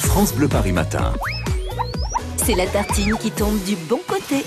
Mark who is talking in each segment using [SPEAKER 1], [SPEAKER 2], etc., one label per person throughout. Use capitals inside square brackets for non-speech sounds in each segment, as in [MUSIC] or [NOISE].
[SPEAKER 1] France Bleu Paris Matin.
[SPEAKER 2] C'est la tartine qui tombe du bon côté.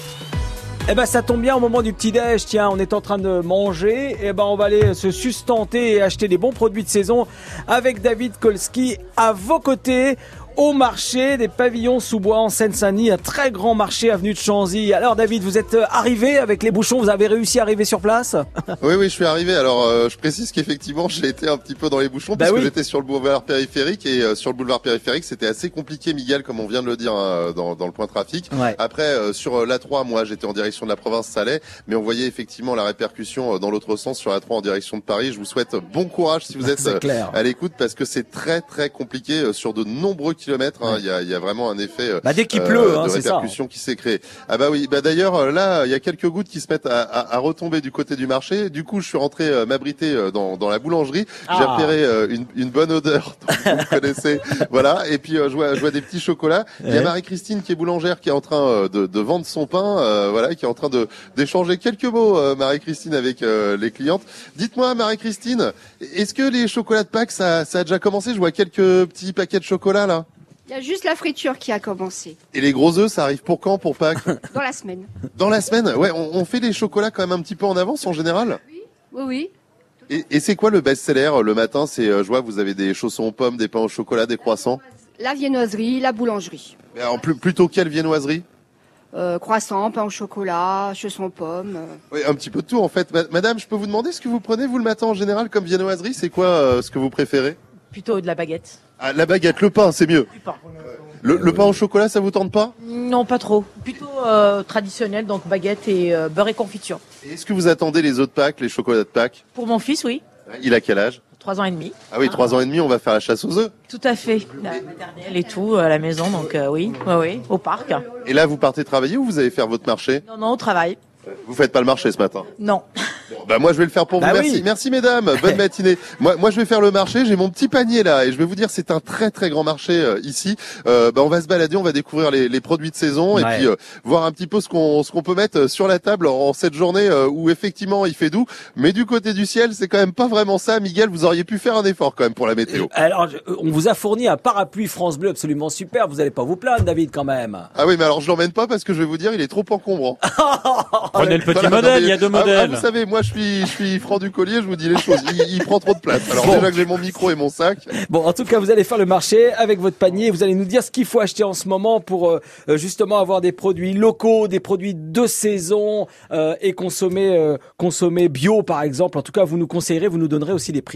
[SPEAKER 3] Eh ben ça tombe bien au moment du petit déj, tiens, on est en train de manger, eh ben on va aller se sustenter et acheter des bons produits de saison avec David Kolski à vos côtés au marché des pavillons sous bois en Seine-Saint-Denis, un très grand marché avenue de Chanzy. Alors David, vous êtes euh, arrivé avec les bouchons, vous avez réussi à arriver sur place
[SPEAKER 4] Oui, oui, je suis arrivé. Alors, euh, je précise qu'effectivement, j'ai été un petit peu dans les bouchons
[SPEAKER 3] Bah
[SPEAKER 4] parce
[SPEAKER 3] oui.
[SPEAKER 4] que j'étais sur le boulevard périphérique et euh, sur le boulevard périphérique, c'était assez compliqué, Miguel, comme on vient de le dire hein, dans, dans le point trafic.
[SPEAKER 3] Ouais.
[SPEAKER 4] Après, euh, sur euh, l'A3, moi, j'étais en direction de la province Salais, mais on voyait effectivement la répercussion euh, dans l'autre sens sur l'A3 en direction de Paris. Je vous souhaite bon courage si vous êtes
[SPEAKER 3] C'est
[SPEAKER 4] euh,
[SPEAKER 3] clair.
[SPEAKER 4] à l'écoute parce que c'est très, très compliqué euh, sur de nombreux kilomètres. hein. Il y, a, il y a vraiment un effet euh,
[SPEAKER 3] Bah dès qu'il
[SPEAKER 4] euh,
[SPEAKER 3] pleut, hein,
[SPEAKER 4] de
[SPEAKER 3] c'est ça.
[SPEAKER 4] répercussion qui s'est créée. Ah bah oui, bah d'ailleurs euh, là, il y a quelques gouttes qui se mettent à, à- à retomber du côté du marché. Du coup, je suis rentré euh, m'abriter euh, dans, dans la boulangerie. J'ai
[SPEAKER 3] Ah.
[SPEAKER 4] repéré euh, une, une bonne odeur, [LAUGHS] donc vous connaissez, voilà. Et puis euh, je vois, je vois des petits chocolats. Il y a
[SPEAKER 3] Ouais.
[SPEAKER 4] Marie-Christine qui est boulangère, qui est en train euh, de, de vendre son pain, euh, voilà, qui est en train de d'échanger quelques mots, euh, Marie-Christine avec euh, les clientes. Dites-moi, Marie-Christine, est-ce que les chocolats de Pâques, ça, ça a déjà commencé Je vois quelques petits paquets de chocolat là.
[SPEAKER 5] Il y a juste la friture qui a commencé
[SPEAKER 4] Et les gros œufs, ça arrive pour quand pour Pâques
[SPEAKER 5] dans la semaine.
[SPEAKER 4] Dans la semaine, ouais, on, on fait les chocolats quand même un petit peu en avance en général.
[SPEAKER 5] Oui, oui.
[SPEAKER 4] Et, et c'est quoi le best-seller euh, le matin C'est, euh, je vois, vous avez des chaussons aux pommes, des pains au chocolat, des croissants.
[SPEAKER 5] La viennoiserie, la boulangerie.
[SPEAKER 4] Mais alors, plus- plutôt quelle viennoiserie
[SPEAKER 5] Euh, croissant, pain au chocolat, chaussons aux pommes. euh.
[SPEAKER 4] Oui, un petit peu de tout en fait. Ma- Madame, je peux vous demander ce que vous prenez vous le matin en général comme viennoiserie C'est quoi euh, ce que vous préférez
[SPEAKER 6] Plutôt de la baguette.
[SPEAKER 4] ah, La baguette, le pain, c'est mieux.
[SPEAKER 6] Du pain.
[SPEAKER 4] Le, le pain au chocolat, ça vous tente pas
[SPEAKER 6] Non, pas trop. Plutôt euh, traditionnel, donc baguette et euh, beurre et confiture.
[SPEAKER 4] Et Est-ce que vous attendez les œufs de Pâques, les chocolats de Pâques Ah,
[SPEAKER 6] Pour mon fils, oui,
[SPEAKER 4] Il a quel âge
[SPEAKER 6] trois ans et demi.
[SPEAKER 4] Ah oui, trois ans et demi, on va faire la chasse aux œufs.
[SPEAKER 6] Tout à fait. La maternelle et tout, à la maison, donc euh, oui, oui, oui, au parc.
[SPEAKER 4] Et là, vous partez travailler ou vous allez faire votre marché
[SPEAKER 6] Non, non, au travail.
[SPEAKER 4] Vous faites pas le marché ce matin
[SPEAKER 6] Non.
[SPEAKER 4] Bah moi je vais le faire pour vous.
[SPEAKER 3] Bah
[SPEAKER 4] merci,
[SPEAKER 3] oui.
[SPEAKER 4] merci mesdames.
[SPEAKER 3] [LAUGHS]
[SPEAKER 4] Bonne matinée. Moi, moi je vais faire le marché. J'ai mon petit panier là et je vais vous dire c'est un très très grand marché euh, ici. Euh, bah, on va se balader, on va découvrir les, les produits de saison et
[SPEAKER 3] Ouais.
[SPEAKER 4] puis euh, voir un petit peu ce qu'on ce qu'on peut mettre euh, sur la table en, en cette journée euh, où effectivement il fait doux. Mais du côté du ciel c'est quand même pas vraiment ça. Miguel, vous auriez pu faire un effort quand même pour la météo.
[SPEAKER 3] Alors, je- on vous a fourni un parapluie France Bleu absolument super, vous allez pas vous plaindre David quand même.
[SPEAKER 4] Ah oui mais alors je l'emmène pas parce que je vais vous dire il est trop
[SPEAKER 3] [LAUGHS]
[SPEAKER 4] encombrant.
[SPEAKER 3] Oh,
[SPEAKER 7] Prenez le petit
[SPEAKER 4] Voilà, non,
[SPEAKER 7] modèle,
[SPEAKER 4] mais-
[SPEAKER 7] il y a deux
[SPEAKER 4] ah, ah,
[SPEAKER 7] modèles.
[SPEAKER 4] vous savez moi je suis je suis franc du collier, je vous dis les choses. Il, il prend trop de place. Alors
[SPEAKER 3] Bon.
[SPEAKER 4] déjà que j'ai mon micro et mon sac.
[SPEAKER 3] Bon, en tout cas, vous allez faire le marché avec votre panier. Vous allez nous dire ce qu'il faut acheter en ce moment pour euh, euh, justement avoir des produits locaux, des produits de saison euh, et consommer, euh, consommer bio, par exemple. En tout cas, vous nous conseillerez, vous nous donnerez aussi des prix.